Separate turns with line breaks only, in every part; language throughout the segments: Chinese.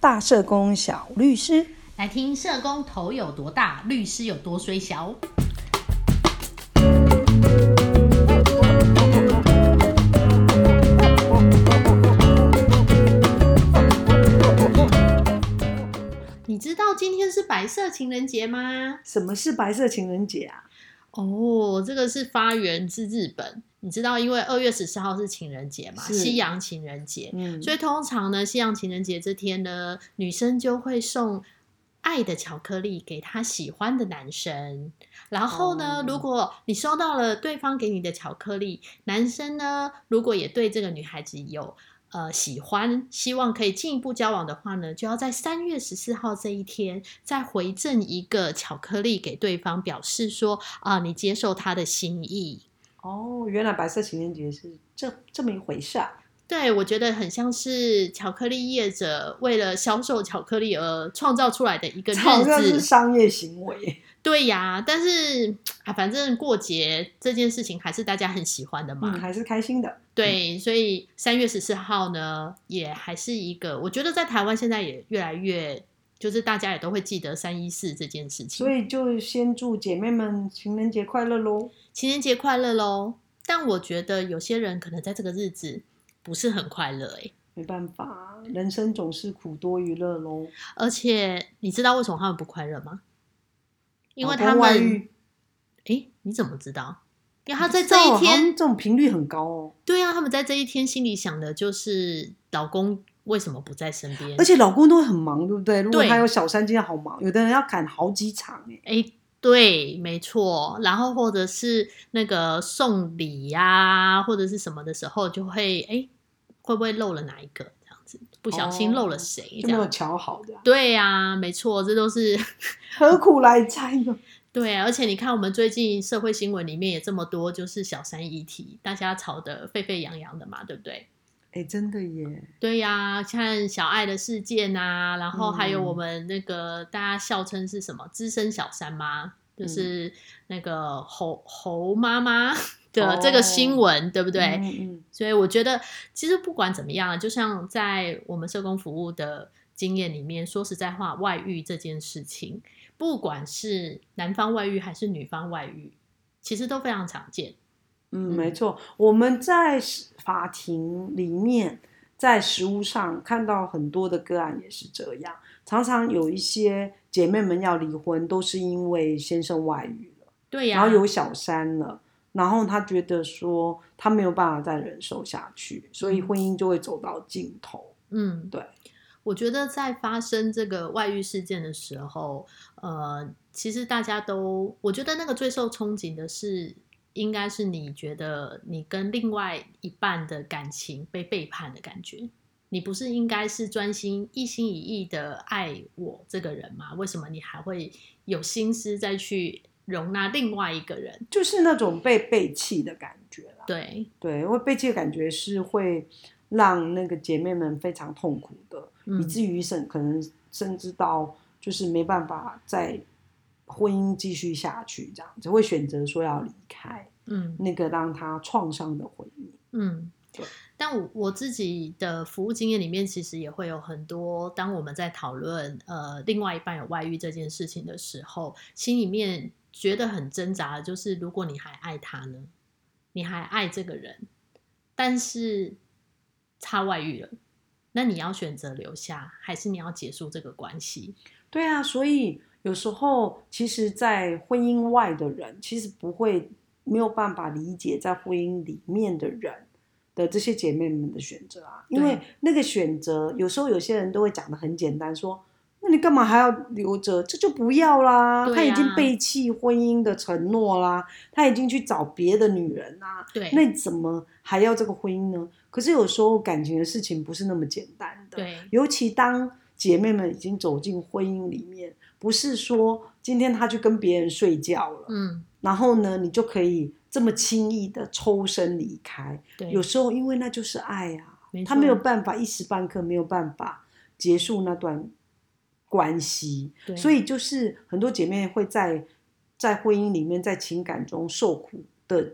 大社工小律师。
来听社工头有多大，律师有多虽小。你知道今天是白色情人节吗？
什么是白色情人节啊？
哦，这个是发源自日本。你知道，因为二月十四号是情人节嘛，
是
西洋情人节，
嗯
所以通常呢，西洋情人节这天呢，女生就会送爱的巧克力给她喜欢的男生。然后呢，
哦
如果你收到了对方给你的巧克力，男生呢，如果也对这个女孩子有呃喜欢，希望可以进一步交往的话呢，就要在三月十四号这一天再回赠一个巧克力给对方，表示说啊、你接受他的心意。
哦，原来白色情人节是这这么一回事啊！
对，我觉得很像是巧克力业者为了销售巧克力而创造出来的一个
好像
日
是
子。
商业行为。
对呀，但是啊，反正过节这件事情还是大家很喜欢的嘛。
嗯，还是开心的。
对，所以三月十四号呢，也还是一个，我觉得在台湾现在也越来越，就是大家也都会记得三一四这件事情。
所以就先祝姐妹们情人节快乐喽！
情人节快乐喽！但我觉得有些人可能在这个日子不是很快乐欸诶、
没办法，人生总是苦多于乐喽。
而且你知道为什么他们不快乐吗？因为
老公
他
哦外
们
遇
诶，你怎么知道？因为他在
不知道
这一
好像
天，
这种频率很高哦。
对啊，他们在这一天心里想的就是老公为什么不在身边，
而且老公都很忙，对不对？如果
对
他有小三，今天好忙，有的人要赶好几场哎。
哎，对，没错。然后或者是那个送礼呀、或者是什么的时候，就会哎，会不会漏了哪一个这样子？不小心漏了谁、
哦就
这
没有
样？
瞧好的啊，
对呀、没错，这都是
何苦来哉呢？
对、啊。而且你看，我们最近社会新闻里面也这么多，就是小三议题，大家吵得沸沸扬扬的嘛，对不对？
哎，真的耶！
对呀、看小爱的事件啊，然后还有
嗯
我们那个、大家笑称是什么“资深小三”吗？
嗯
就是那个猴猴妈妈的
哦
这个新闻，对不对？
嗯嗯，
所以我觉得，其实不管怎么样，啊就像在我们社工服务的经验里面，说实在话，外遇这件事情，不管是男方外遇还是女方外遇，其实都非常常见。
嗯，
嗯
没错，我们在法庭里面，在实务上看到很多的个案也是这样，常常有一些姐妹们要离婚，都是因为先生外遇了，
对啊呀、
然后有小三了，然后她觉得说她没有办法再忍受下去，所以
嗯
婚姻就会走到尽头。
嗯，
对。
我觉得在发生这个外遇事件的时候，呃，其实大家都，我觉得那个最受冲击的是，应该是你觉得你跟另外一半的感情被背叛的感觉。你不是应该是专心一心一意的爱我这个人吗？为什么你还会有心思再去容纳另外一个人？
就是那种被背弃的感觉啦。
对，
对，因为背弃的感觉是会让那个姐妹们非常痛苦的，
嗯
以至于甚可能甚至到就是没办法再婚姻继续下去，这样子会选择说要离开
嗯，
那个让她创伤的婚姻。
嗯
对，
但我我自己的服务经验里面，其实也会有很多，当我们在讨论呃另外一半有外遇这件事情的时候，心里面觉得很挣扎，的就是如果你还爱他呢，你还爱这个人，但是他外遇了，那你要选择留下，还是你要结束这个关系？
对啊，所以有时候其实，在婚姻外的人，其实不会没有办法理解在婚姻里面的人的这些姐妹们的选择啊，因为
对
那个选择，有时候有些人都会讲的很简单，说。那你干嘛还要留着？这就不要啦！
对
他已经
啊
背弃婚姻的承诺啦，他已经去找别的女人啦，
对，
那你怎么还要这个婚姻呢？可是有时候感情的事情不是那么简单的，
对，
尤其当姐妹们已经走进婚姻里面，不是说今天她去跟别人睡觉了，
嗯，
然后呢，你就可以这么轻易的抽身离开。
对，
有时候因为那就是爱啊，
没
她
错
没有办法一时半刻没有办法结束那段关系，
对
所以就是很多姐妹会在在婚姻里面，在情感中受苦的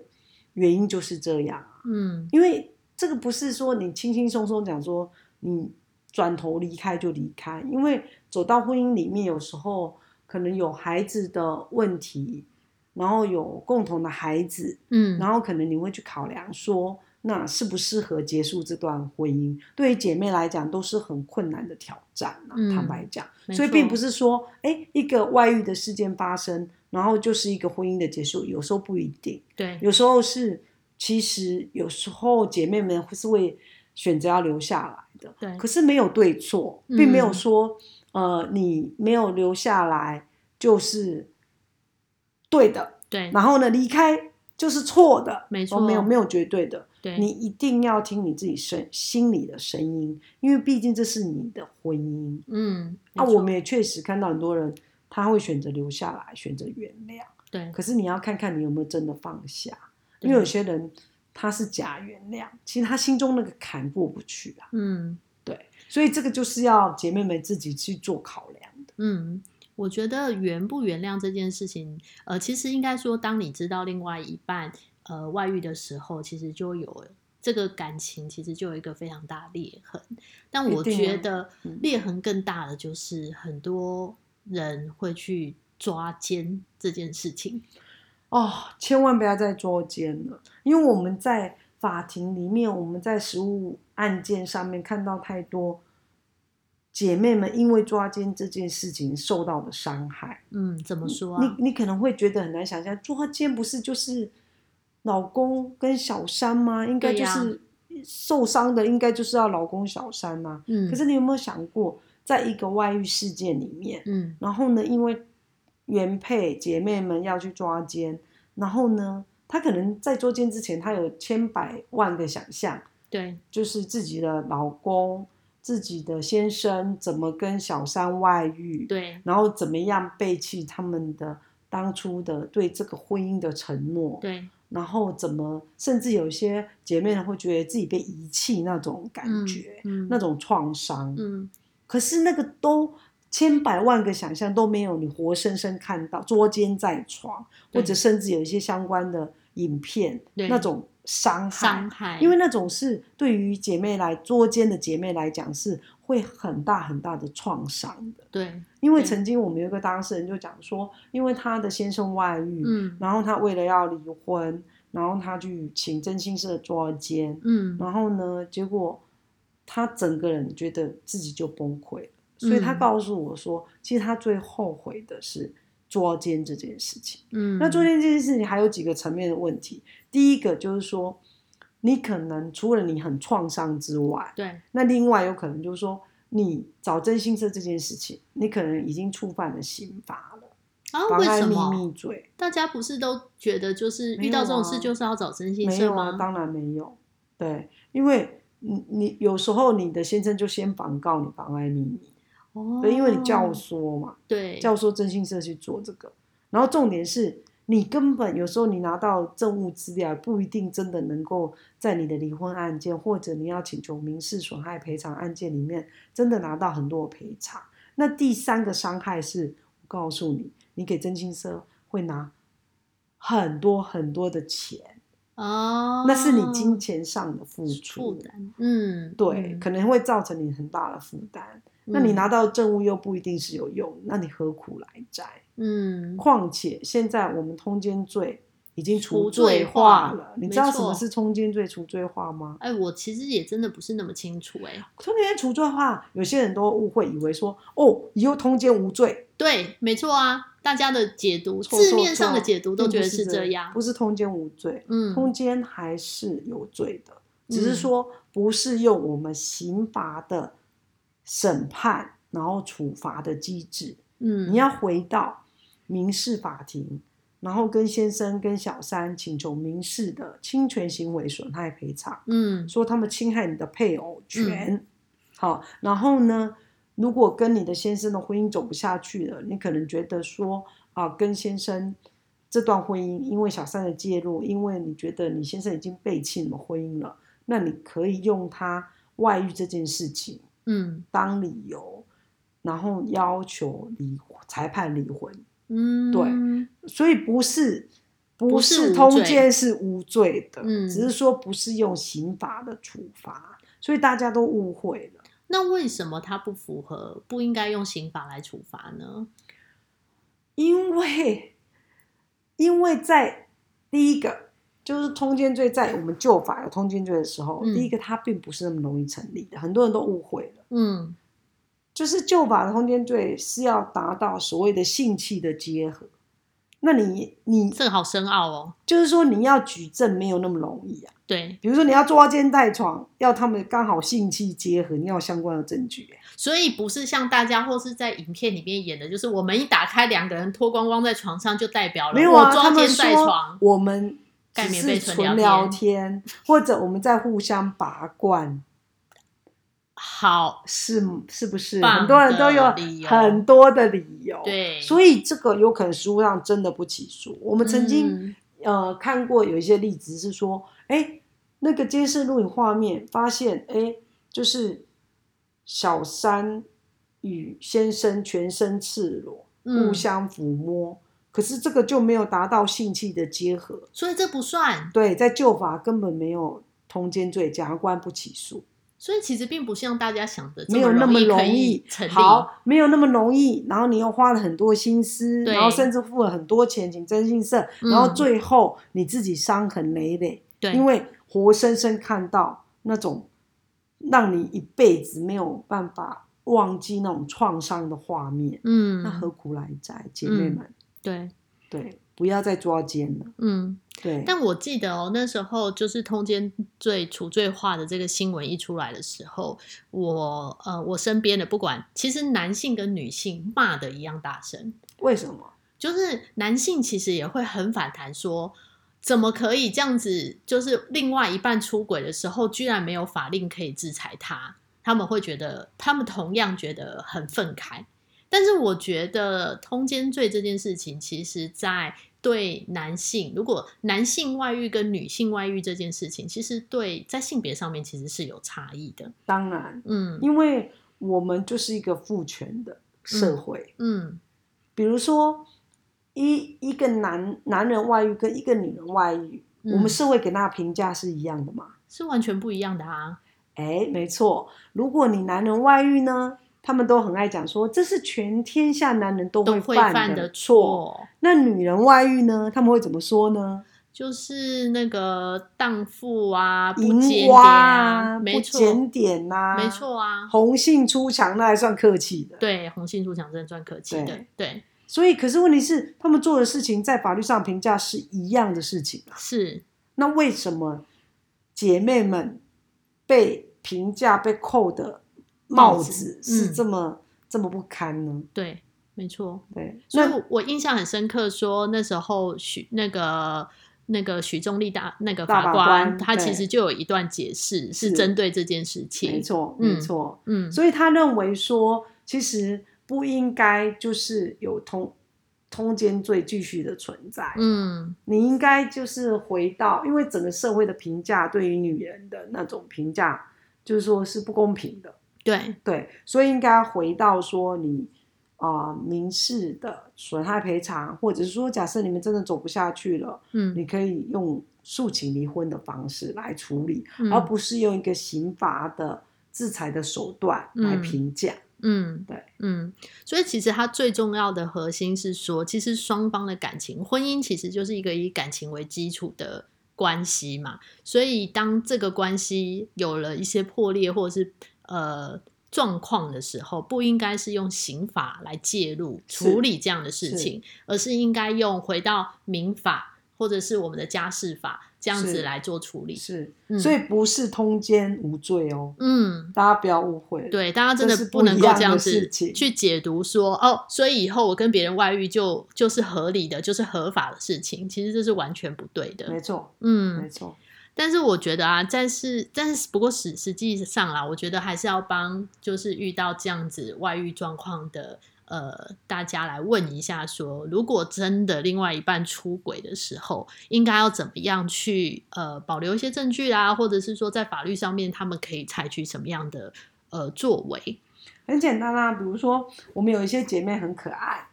原因就是这样啊。
嗯，
因为这个不是说你轻轻松松讲说你转头离开就离开，因为走到婚姻里面，有时候可能有孩子的问题，然后有共同的孩子，
嗯，
然后可能你会去考量说，那适不适合结束这段婚姻？对于姐妹来讲，都是很困难的挑战啊。
嗯
坦白讲，
没
所以并
错
不是说，哎，一个外遇的事件发生，然后就是一个婚姻的结束，有时候不一定，
对，
有时候是，其实有时候姐妹们是会选择要留下来的。
对，
可是没有对错，
嗯
并没有说、呃你没有留下来就是对的，
对，
然后呢离开就是错的，
嗯没
哦
错，嗯
没有没有绝对的，
对，
你一定要听你自己声心里的声音，因为毕竟这是你的婚姻。
嗯，
啊，
没错
我们也确实看到很多人他会选择留下来，选择原谅，
对，
可是你要看看你有没有真的放下，因
对
为有些人他是假原谅，其实他心中那个坎过不去啊。
嗯
所以这个就是要姐妹们自己去做考量的。
嗯，我觉得原不原谅这件事情，呃，其实应该说，当你知道另外一半呃外遇的时候，其实就有这个感情，其实就有一个非常大的裂痕。但
一
我
定啊
觉得
嗯
裂痕更大的就是很多人会去抓奸这件事情。
哦，千万不要再捉奸了，因为我们在法庭里面，我们在实务案件上面看到太多姐妹们因为抓奸这件事情受到的伤害。
嗯，怎么说啊？
你你可能会觉得很难想象，抓奸不是就是老公跟小三吗？应该
对
就
呀
是受伤的，应该就是要老公小三吗？
嗯，
可是你有没有想过，在一个外遇事件里面，
嗯
然后呢，因为原配姐妹们要去抓奸，然后呢，她可能在捉奸之前，她有千百万个想象，
对
就是自己的老公、自己的先生怎么跟小三外遇，
对
然后怎么样背弃他们的当初的对这个婚姻的承诺，
对，
然后怎么甚至有一些姐妹呢会觉得自己被遗弃那种感
嗯
觉，
嗯
那种创伤，
嗯
可是那个都千百万个想象都没有你活生生看到捉奸在床，
对
或者甚至有一些相关的影片
对
那种伤害
伤，害，
因为那种是对于姐妹来捉奸的姐妹来讲是会很大很大的创伤的。
对
因为
对
曾经我们有一个当事人就讲说，因为她的先生外遇，
嗯
然后她为了要离婚，然后她去请真心社捉奸，
嗯
然后呢，结果他整个人觉得自己就崩溃了，所以他
嗯
告诉我说，其实他最后悔的是捉奸这件事情。
嗯，
那捉奸这件事情还有几个层面的问题，第一个就是说，你可能除了你很创伤之外，
对
那另外有可能就是说，你找真心社这件事情，你可能已经触犯了刑法了，
啊，
妨
为
碍
什
秘
么？
密罪。
大家不是都觉得就是遇到这种事就是要找征信
没
社
有啊，
吗？
当然没有。对，因为你你有时候你的先生就先防告你妨碍秘密，
哦
对，因为你教唆嘛，
对
教唆征信社去做这个。然后重点是你根本有时候你拿到证物资料，不一定真的能够在你的离婚案件或者你要请求民事损害赔偿案件里面，真的拿到很多的赔偿。那第三个伤害是，我告诉你，你给征信社会拿很多很多的钱。
哦，
那是你金钱上的付
负
出，
担，嗯，
对，
嗯
可能会造成你很大的负担。那你拿到证物又不一定是有用，那你何苦来摘？
嗯
况且现在我们通奸罪已经除
除罪
罪
化
了，你
没
知道什么
错
是通奸罪除罪化吗？
哎，我其实也真的不是那么清楚哎，
通奸罪除罪化，有些人都误会以为说，哦，以后通奸无罪，
对，没错啊，大家的解读
错
字
错
面上的
错
解读都
并
觉
不
得
是
这样，
不是通奸无罪，
嗯，
通奸还是有罪的，只是
嗯
说不是用我们刑罚的审判然后处罚的机制，
嗯，
你要回到民事法庭，然后跟先生跟小三请求民事的侵权行为损害赔偿，
嗯
说他们侵害你的配偶权，好，然后呢？如果跟你的先生的婚姻走不下去了，你可能觉得说啊、跟先生这段婚姻，因为小三的介入，因为你觉得你先生已经背弃你们婚姻了，那你可以用他外遇这件事情
嗯
当理由，然后要求离裁判离婚，
嗯，
对所以不是不
不是
是
无
通
罪
奸是无罪的，
嗯
只是说不是用刑法的处罚，所以大家都误会了。
那为什么它不符合，不应该用刑法来处罚呢？
因为因为在第一个就是通奸罪，在我们旧法有通奸罪的时候，
嗯
第一个它并不是那么容易成立的，很多人都误会了。
嗯
就是旧法的通奸罪是要达到所谓的性器的结合，那你你
这个好深奥哦。
就是说你要举证没有那么容易啊。
对，
比如说你要抓奸带床，要他们刚好性器结合，你要有相关的证据、
所以不是像大家或是在影片里面演的，就是我们一打开两个人脱光光在床上，就代表了
没有啊，他
我抓
们
奸在
说
床。
我们只
盖棉被
是
纯
纯
聊
聊天，或者我们在互相拔罐，
好，
是是不是？
棒
很多人都有
的理由
很多的理由，，
对，
所以这个有可能实务上真的不起诉。我们曾经、
嗯
呃看过有一些例子是说，哎，那个监视录影画面发现，哎，就是小三与先生全身赤裸，互
嗯，
相抚摸，可是这个就没有达到性器的结合。
所以这不算。
对，在旧法根本没有通奸罪，检察官不起诉，
所以其实并不像大家想的这
没有那么
么
容
可
易
以成立。
好，没有那么容易。然后你又花了很多心思，
对
然后甚至付了很多钱请征信社，
嗯
然后最后你自己伤痕累累，
对，
因为活生生看到那种让你一辈子没有办法忘记那种创伤的画面，
嗯，
那何苦来哉，姐妹
嗯
们？
对，
对，不要再抓奸了。
嗯。
对，
但我记得哦，那时候就是通奸罪处罪化的这个新闻一出来的时候，我呃，我身边的不管，其实男性跟女性骂的一样大声，
为什么？
就是男性其实也会很反弹说。怎么可以这样子？就是另外一半出轨的时候，居然没有法令可以制裁他，他们会觉得，他们同样觉得很愤慨。但是我觉得通奸罪这件事情，其实在对男性，如果男性外遇跟女性外遇这件事情，其实对在性别上面其实是有差异的。
当然，
嗯
因为我们就是一个父权的社会。
嗯
比如说，一一个男男人外遇跟一个女人外遇，
嗯
我们社会给他的评价是一样的嘛？
是完全不一样的啊。
哎，没错。如果你男人外遇呢，他们都很爱讲说这是全天下男人都
都会
犯
犯
的
的
错。
错，
那女人外遇呢，他们会怎么说呢？
就是那个荡妇啊，不检
淫
点
娃
啊，
不
没错，
检点呐、
没。错啊，
红杏出墙，那还算客气的。
对，红杏出墙真的算客气的
对，
对，
所以，可是问题是，他们做的事情在法律上评价是一样的事情啊。
是，
那为什么姐妹们被评价、被扣的帽子
帽子
是
嗯
这么、这么不堪呢？
对，没错。
对，
所以
那
我我印象很深刻，说那时候许那个那个许宗力大那个
大法
法官，
官
他
对
其实就有一段解释是
是
针对这件事情，
没，错，
嗯
没错。
嗯，
所以他认为说，其实不应该就是有通通奸罪继续的存在。
嗯，
你应该就是回到，因为整个社会的评价对于女人的那种评价，就是说是不公平的。
对，
对，所以应该回到说你啊、呃民事的损害赔偿，或者是说，假设你们真的走不下去了，
嗯，
你可以用诉请离婚的方式来处理，
嗯
而不是用一个刑罚的制裁的手段来评价。
嗯，
对，
嗯，所以其实它最重要的核心是说，其实双方的感情，婚姻其实就是一个以感情为基础的关系嘛。所以当这个关系有了一些破裂或者是呃状况的时候，不应该是用刑法来介入
是
处理这样的事
是
情，而是应该用回到民法或者是我们的家事法这样子
是
来做处理。
是，
嗯
所以不是通奸无罪哦，
嗯，
大家不要误会了。
对，大家真的
这是
不能
不一
够
样
这样
的
子
事情
去解读说，哦，所以以后我跟别人外遇就就是合理的，就是合法的事情，其实这是完全不对
没
的。
错，没
嗯，
错，
但是我觉得啊，但是但是不过实实际上啦，我觉得还是要帮就是遇到这样子外遇状况的呃大家来问一下说，如果真的另外一半出轨的时候，应该要怎么样去呃保留一些证据啊，或者是说在法律上面他们可以采取什么样的呃作为？
很简单啊。比如说，我们有一些姐妹很可爱。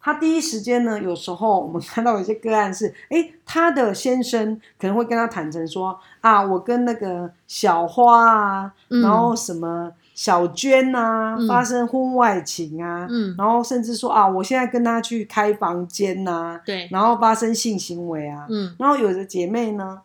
她第一时间呢，有时候我们看到有些个案是，诶，她的先生可能会跟她坦诚说啊，我跟那个小花啊，
嗯
然后什么小娟啊，
嗯
发生婚外情啊，
嗯，
然后甚至说啊，我现在跟他去开房间呐、
对，
然后发生性行为啊，
嗯，
然后有的姐妹呢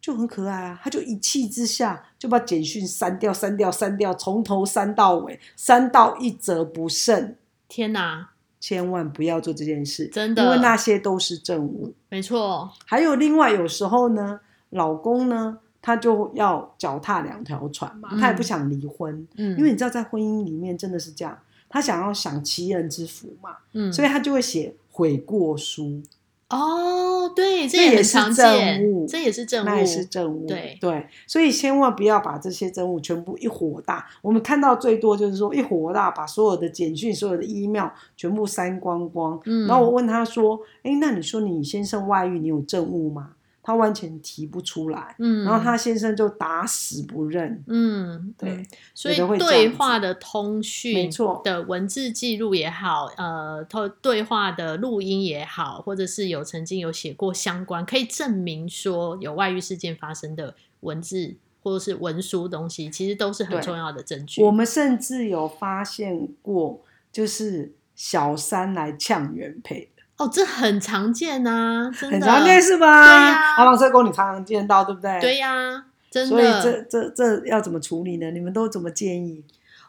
就很可爱啊，她就一气之下就把简讯删掉、删掉、删掉，从头删到尾，删到一则不剩。
天哪，
千万不要做这件事，
真的
因为那些都是证物。
没错，
还有另外，有时候呢，老公呢，他就要脚踏两条船嘛，
嗯
他也不想离婚，
嗯，
因为你知道，在婚姻里面真的是这样，他想要享其人之福嘛，
嗯，
所以他就会写悔过书，
哦，对，这
这也
很
是
常
政
见
务，
这也是政
那也是
务，
政务，
对
所以千万不要把这些政务全部一火大。我们看到最多就是说一火大，把所有的简讯、所有的 email 全部删光光。
嗯，
然后我问他说：“哎，那你说你先生外遇，你有证物吗？”他完全提不出来，
嗯，
然后他先生就打死不认。
嗯，
对
嗯，所以
的会这
对
样子
话的通
没
讯
错
的文字记录也好，呃，透对话的录音也好，或者是有曾经有写过相关可以证明说有外遇事件发生的文字或者是文书东西，其实都是很
对
重要的证据。
我们甚至有发现过，就是小三来呛原配，
哦，这很常见啊，真的，
很常见是吧？
对呀
阿郎社工你常常见到，对不对？
对呀、真
哎所以
的，
这这这要怎么处理呢？你们都怎么建议？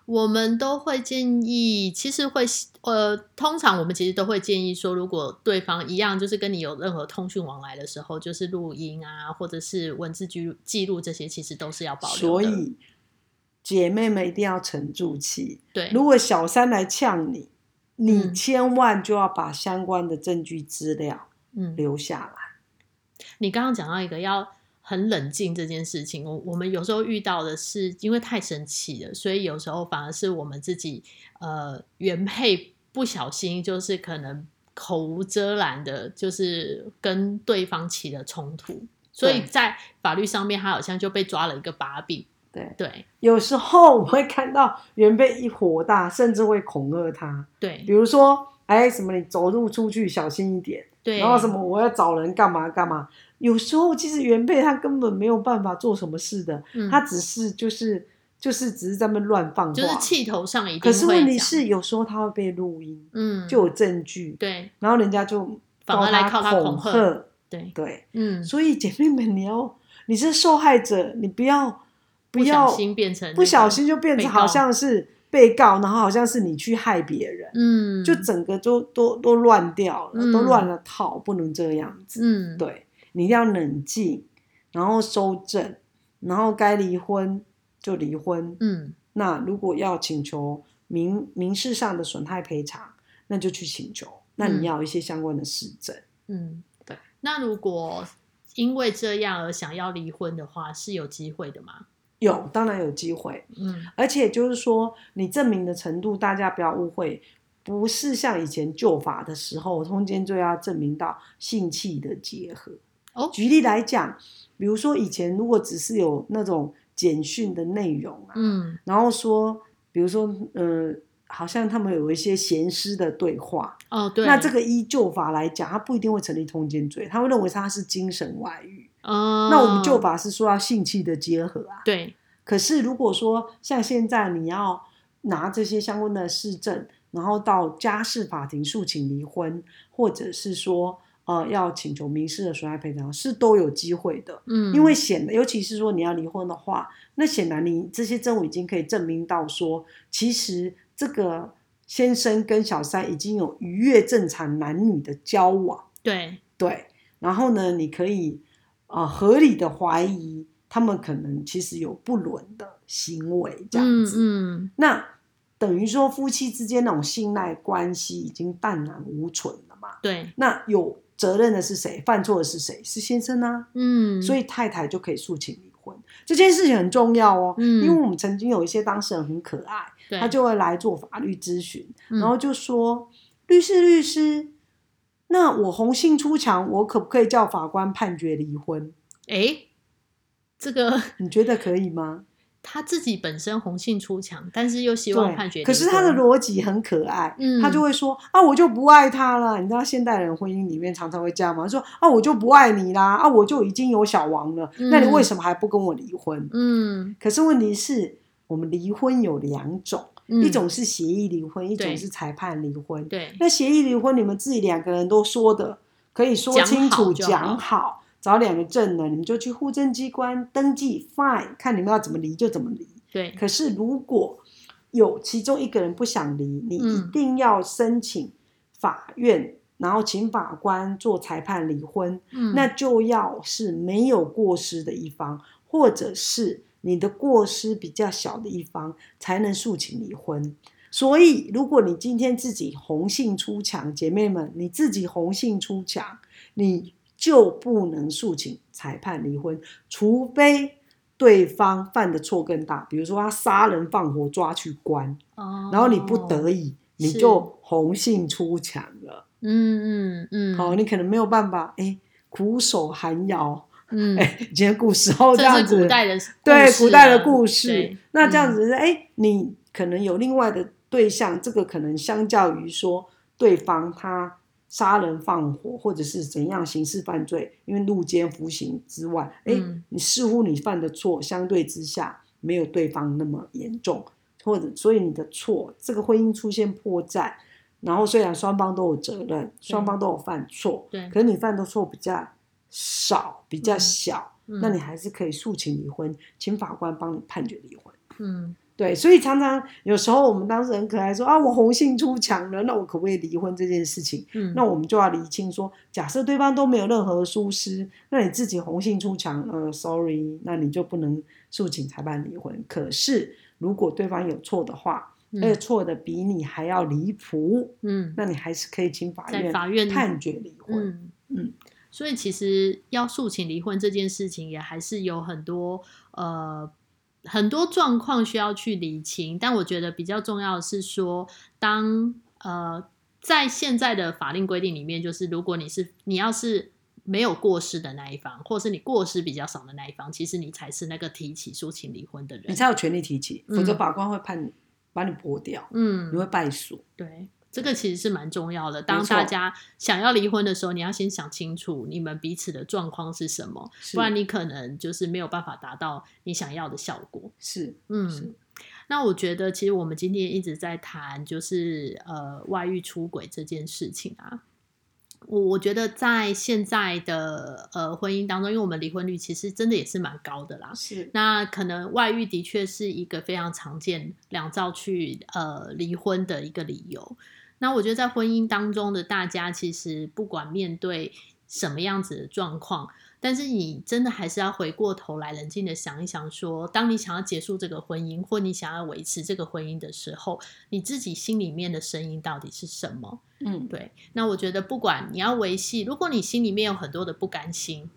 我们都会建议，其实会呃，通常我们其实都会建议说，如果对方一样就是跟你有任何通讯往来的时候，就是录音啊，或者是文字记录记录这些，其实都是要保留
所
的。
以姐妹们一定要沉住气。
对，
如果小三来呛你，你
嗯
千万就要把相关的证据资料
嗯，
留下来。
你刚刚讲到一个要很冷静这件事情，我我们有时候遇到的是因为太生气了，所以有时候反而是我们自己呃原配不小心就是可能口无遮拦的，就是跟对方起了冲突，所以
对
在法律上面他好像就被抓了一个把柄。
对
对
有时候我会看到原被一火大，甚至会恐吓他，比
对
如说，哎，什么你走路出去小心一点，
对，
然后什么我要找人干嘛干嘛。有时候其实原配他根本没有办法做什么事的，
嗯
他只是就是就是只是在那边乱放话，
就是气头上一定
啊可是问题
讲
是，有时候他会被录音，
嗯，
就有证据，
对
然后人家就
反而来
告
靠他恐吓
吓。
对，
对，
嗯，
所以姐妹们，你要你是受害者，你不要
不
要
小心变成
不
那个
小心就变成
被告
好像是被告，然后好像是你去害别人，
嗯，
就整个都都都乱掉了，
嗯
都乱了套，不能这样子。
嗯
对，你一定要冷静，然后收正，然后该离婚就离婚，
嗯。
那如果要请求民民事上的损害赔偿，那就去请求。那
嗯
你要有一些相关的市政，
嗯，
对。
那如果因为这样而想要离婚的话，是有机会的吗？
有当然有机会，
嗯
而且就是说你证明的程度，大家不要误会，不是像以前旧法的时候，通奸罪要证明到性器的结合。
哦
举例来讲，比如说以前如果只是有那种简讯的内容啊，
嗯
然后说，比如说，呃，好像他们有一些闲诗的对话，
哦，对，
那这个依旧法来讲，他不一定会成立通奸罪，他会认为他是精神外遇。
哦，
那我们旧法是说要性器的结合啊。
对
可是如果说像现在你要拿这些相关的事证，然后到家事法庭诉请离婚，或者是说呃要请求民事的损害赔偿，是都有机会的。
嗯，
因为显得，尤其是说你要离婚的话，那显然你这些证物已经可以证明到说，其实这个先生跟小三已经有逾越正常男女的交往，
对
对。然后呢，你可以呃合理的怀疑他们可能其实有不伦的行为这样子。
嗯
那等于说夫妻之间那种信赖关系已经淡然无存了嘛
嗯？对，
那有责任的是谁？犯错的是谁？是先生啊。
嗯，
所
以
以太太就可以诉请离婚。这件事情很重要哦，
嗯
因为我们曾经有一些当事人很可爱，他就会来做法律咨询，
嗯
然后就说：“律师，律师，那我红杏出墙，我可不可以叫法官判决离婚？
哎，这个
你觉得可以吗
他自己本身红杏出墙，但是又？”希望判
对，
决离婚，
可是他的逻辑很可爱。
嗯，
他就会说啊，我就不爱他了。你知道现代人婚姻里面常常会这样吗？说啊，我就不爱你啦，啊，我就已经有小王了，那你
嗯
为什么还不跟我离婚？
嗯
可是问题是，我们离婚有两种，
嗯
一种是协议离婚，一种
对
是裁判离婚。
对
那协议离婚，你们自己两个人都说的，可以说
讲
清
好
楚
就
讲
好
好，找两个证人，你们就去户政机关登记，fine，看你们要怎么离就怎么离。
对
可是如果有其中一个人不想离，你一
嗯
定要申请法院，然后请法官做裁判离婚。
嗯，
那就要是没有过失的一方，或者是你的过失比较小的一方，才能诉请离婚。所以，如果你今天自己红杏出墙，姐妹们，你自己红杏出墙，你就不能诉请裁判离婚，除非对方犯的错更大，比如说他杀人放火抓去关，
哦
然后你不得已，你
是
就红杏出墙了。
嗯嗯嗯，
哦，你可能没有办法，哎，苦守寒窑，
嗯，
哎，以前古时候这
这
样
是
子，
古代的故
对古
事啊
代的
了
故事
对。
那这样
嗯
子是，哎、你可能有另外的对象，这个可能相较于说对方他杀人放火或者是怎样刑事犯罪，因为入监服刑之外，哎、
嗯
你似乎你犯的错相对之下没有对方那么严重，或者所以你的错，这个婚姻出现破绽。然后虽然双方都有责任，双方都有犯错，
对
可是你犯的错比较少，比较
嗯
小，
嗯
那你还是可以诉请离婚，请法官帮你判决离婚。
嗯
对，所以常常有时候我们当事人可能还说啊，我红杏出墙了，那我可不可以离婚这件事情？
嗯，
那我们就要厘清说，假设对方都没有任何疏失，那你自己红杏出墙，呃，sorry，那你就不能诉请裁判离婚。可是如果对方有错的话，
嗯
而且错的比你还要离谱，
嗯
那你还是可以请法
在
院
法院
判决离婚。
嗯
嗯
嗯，所以其实要诉请离婚这件事情，也还是有很多呃很多状况需要去理清。但我觉得比较重要的是说，当呃在现在的法令规定里面，就是如果你是你要是没有过失的那一方，或是你过失比较少的那一方，其实你才是那个提起诉请离婚的
你
人。
才有权利提起，否则
嗯
法官会判你把你驳掉，你会
嗯，
败诉。
对。这个其实是蛮重要的。当
没错
大家想要离婚的时候，你要先想清楚你们彼此的状况是什么，
是
不然你可能就是没有办法达到你想要的效果。
是是
嗯，那我觉得其实我们今天一直在谈就是呃外遇出轨这件事情啊。我我觉得在现在的呃婚姻当中，因为我们离婚率其实真的也是蛮高的啦，
是
那可能外遇的确是一个非常常见两造去呃离婚的一个理由。那我觉得在婚姻当中的大家，其实不管面对什么样子的状况，但是你真的还是要回过头来冷静的想一想说当你想要结束这个婚姻，或你想要维持这个婚姻的时候，你自己心里面的声音到底是什么？
嗯
对，那我觉得不管你要维系，如果你心里面有很多的不甘心，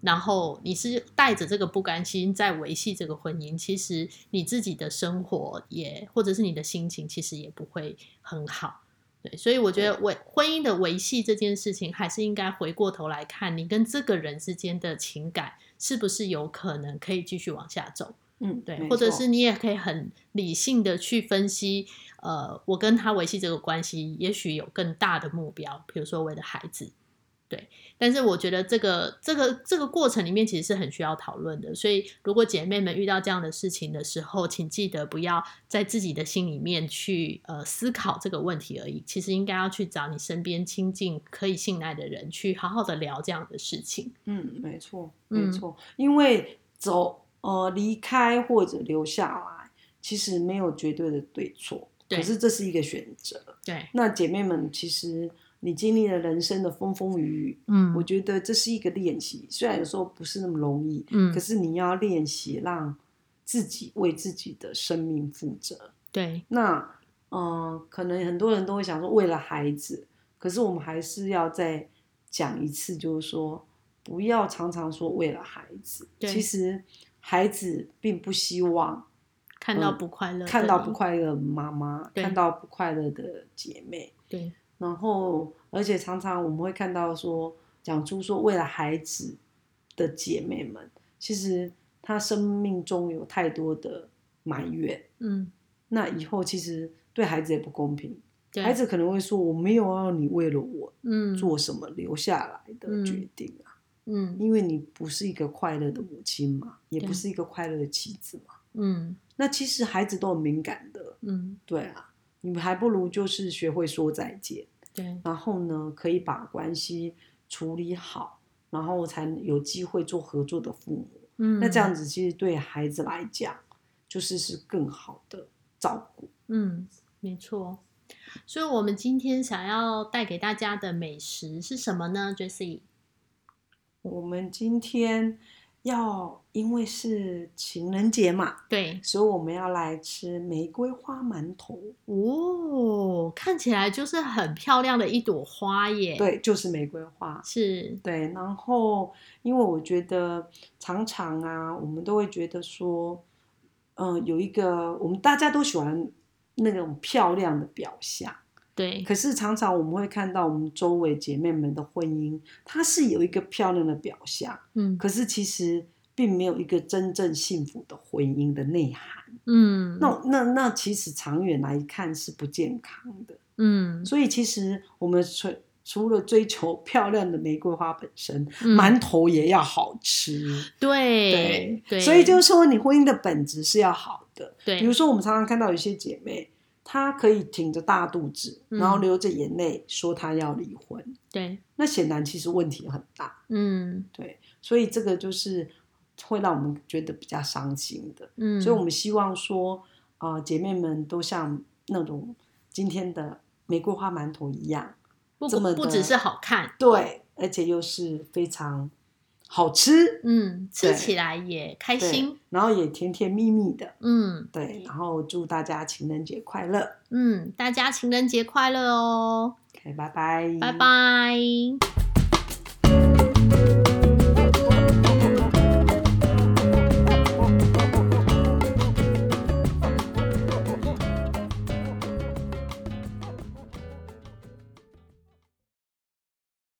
然后你是带着这个不甘心在维系这个婚姻，其实你自己的生活也或者是你的心情，其实也不会很好。对，所以我觉得维婚姻的维系这件事情，还是应该回过头来看，你跟这个人之间的情感是不是有可能可以继续往下走。
嗯
对，
没
或者
错
是你也可以很理性的去分析，呃，我跟他维系这个关系，也许有更大的目标，比如说为了孩子，对。但是我觉得这个这个这个过程里面其实是很需要讨论的，所以如果姐妹们遇到这样的事情的时候，请记得不要在自己的心里面去呃思考这个问题而已，其实应该要去找你身边亲近可以信赖的人去好好的聊这样的事情。
嗯没错没
嗯
错，因为走呃离开或者留下来，其实没有绝对的对错，
对
可是这是一个选择。
对，
那姐妹们，其实你经历了人生的风风雨雨，
嗯
我觉得这是一个练习，虽然有时候不是那么容易，
嗯
可，是你要练习让自己为自己的生命负责。
对，
那嗯、呃可能很多人都会想说，为了孩子，可是我们还是要再讲一次，就是说，不要常常说为了孩子。
对
其实孩子并不希望
看到
嗯
不快乐的你，
看到不快乐的妈妈，
对
看到不快乐的姐妹。
对。
然后，而且常常我们会看到说，讲出说为了孩子的姐妹们，其实她生命中有太多的埋怨。
嗯，
那以后其实对孩子也不公平，
对，
孩子可能会说：“我没有要你为了我
嗯
做什么留下来的决定啊，
嗯
因为你不是一个快乐的母亲嘛，也不
对
是一个快乐的妻子嘛。
嗯
那其实孩子都很敏感的，
嗯，
对啊，你还不如就是学会说再见，
对，
然后呢，可以把关系处理好，然后才有机会做合作的父母。
嗯，
那这样，子其实对孩子来讲，就是是更好的照顾。
嗯，没错。所以，我们今天想要带给大家的美食是什么呢，Jessie？
我们今天要因为是情人节嘛，
对，
所以我们要来吃玫瑰花馒头。
哦，看起来就是很漂亮的一朵花耶。，
对，就是玫瑰花。
是，
对，然后因为我觉得常常啊，我们都会觉得说，嗯、有一个我们大家都喜欢那种漂亮的表象，
对，
可是常常我们会看到我们周围姐妹们的婚姻，它是有一个漂亮的表象，
嗯
可是其实并没有一个真正幸福的婚姻的内涵。
嗯，
那那那其实长远来看是不健康的。
嗯
所以其实我们除除了追求漂亮的玫瑰花本身，
嗯
馒头也要好吃。
对对，
所以就是说你婚姻的本质是要好的。
对，
比如说我们常常看到有些姐妹。她可以挺着大肚子，
嗯
然后流着眼泪说她要离婚，
对，
那显然其实问题很大，
嗯
对，所以这个就是会让我们觉得比较伤心的。
嗯，
所以我们希望说，啊、姐妹们都像那种今天的玫瑰花馒头一样，
不
这么
不
的
只是好看，
对，而且又是非常好吃，
嗯，吃
对
起来也开
对
心，，
然后也甜甜蜜蜜的，
嗯
对，然后祝大家情人节快乐
嗯，大家情人节快乐哦，
，OK，拜拜，
拜拜。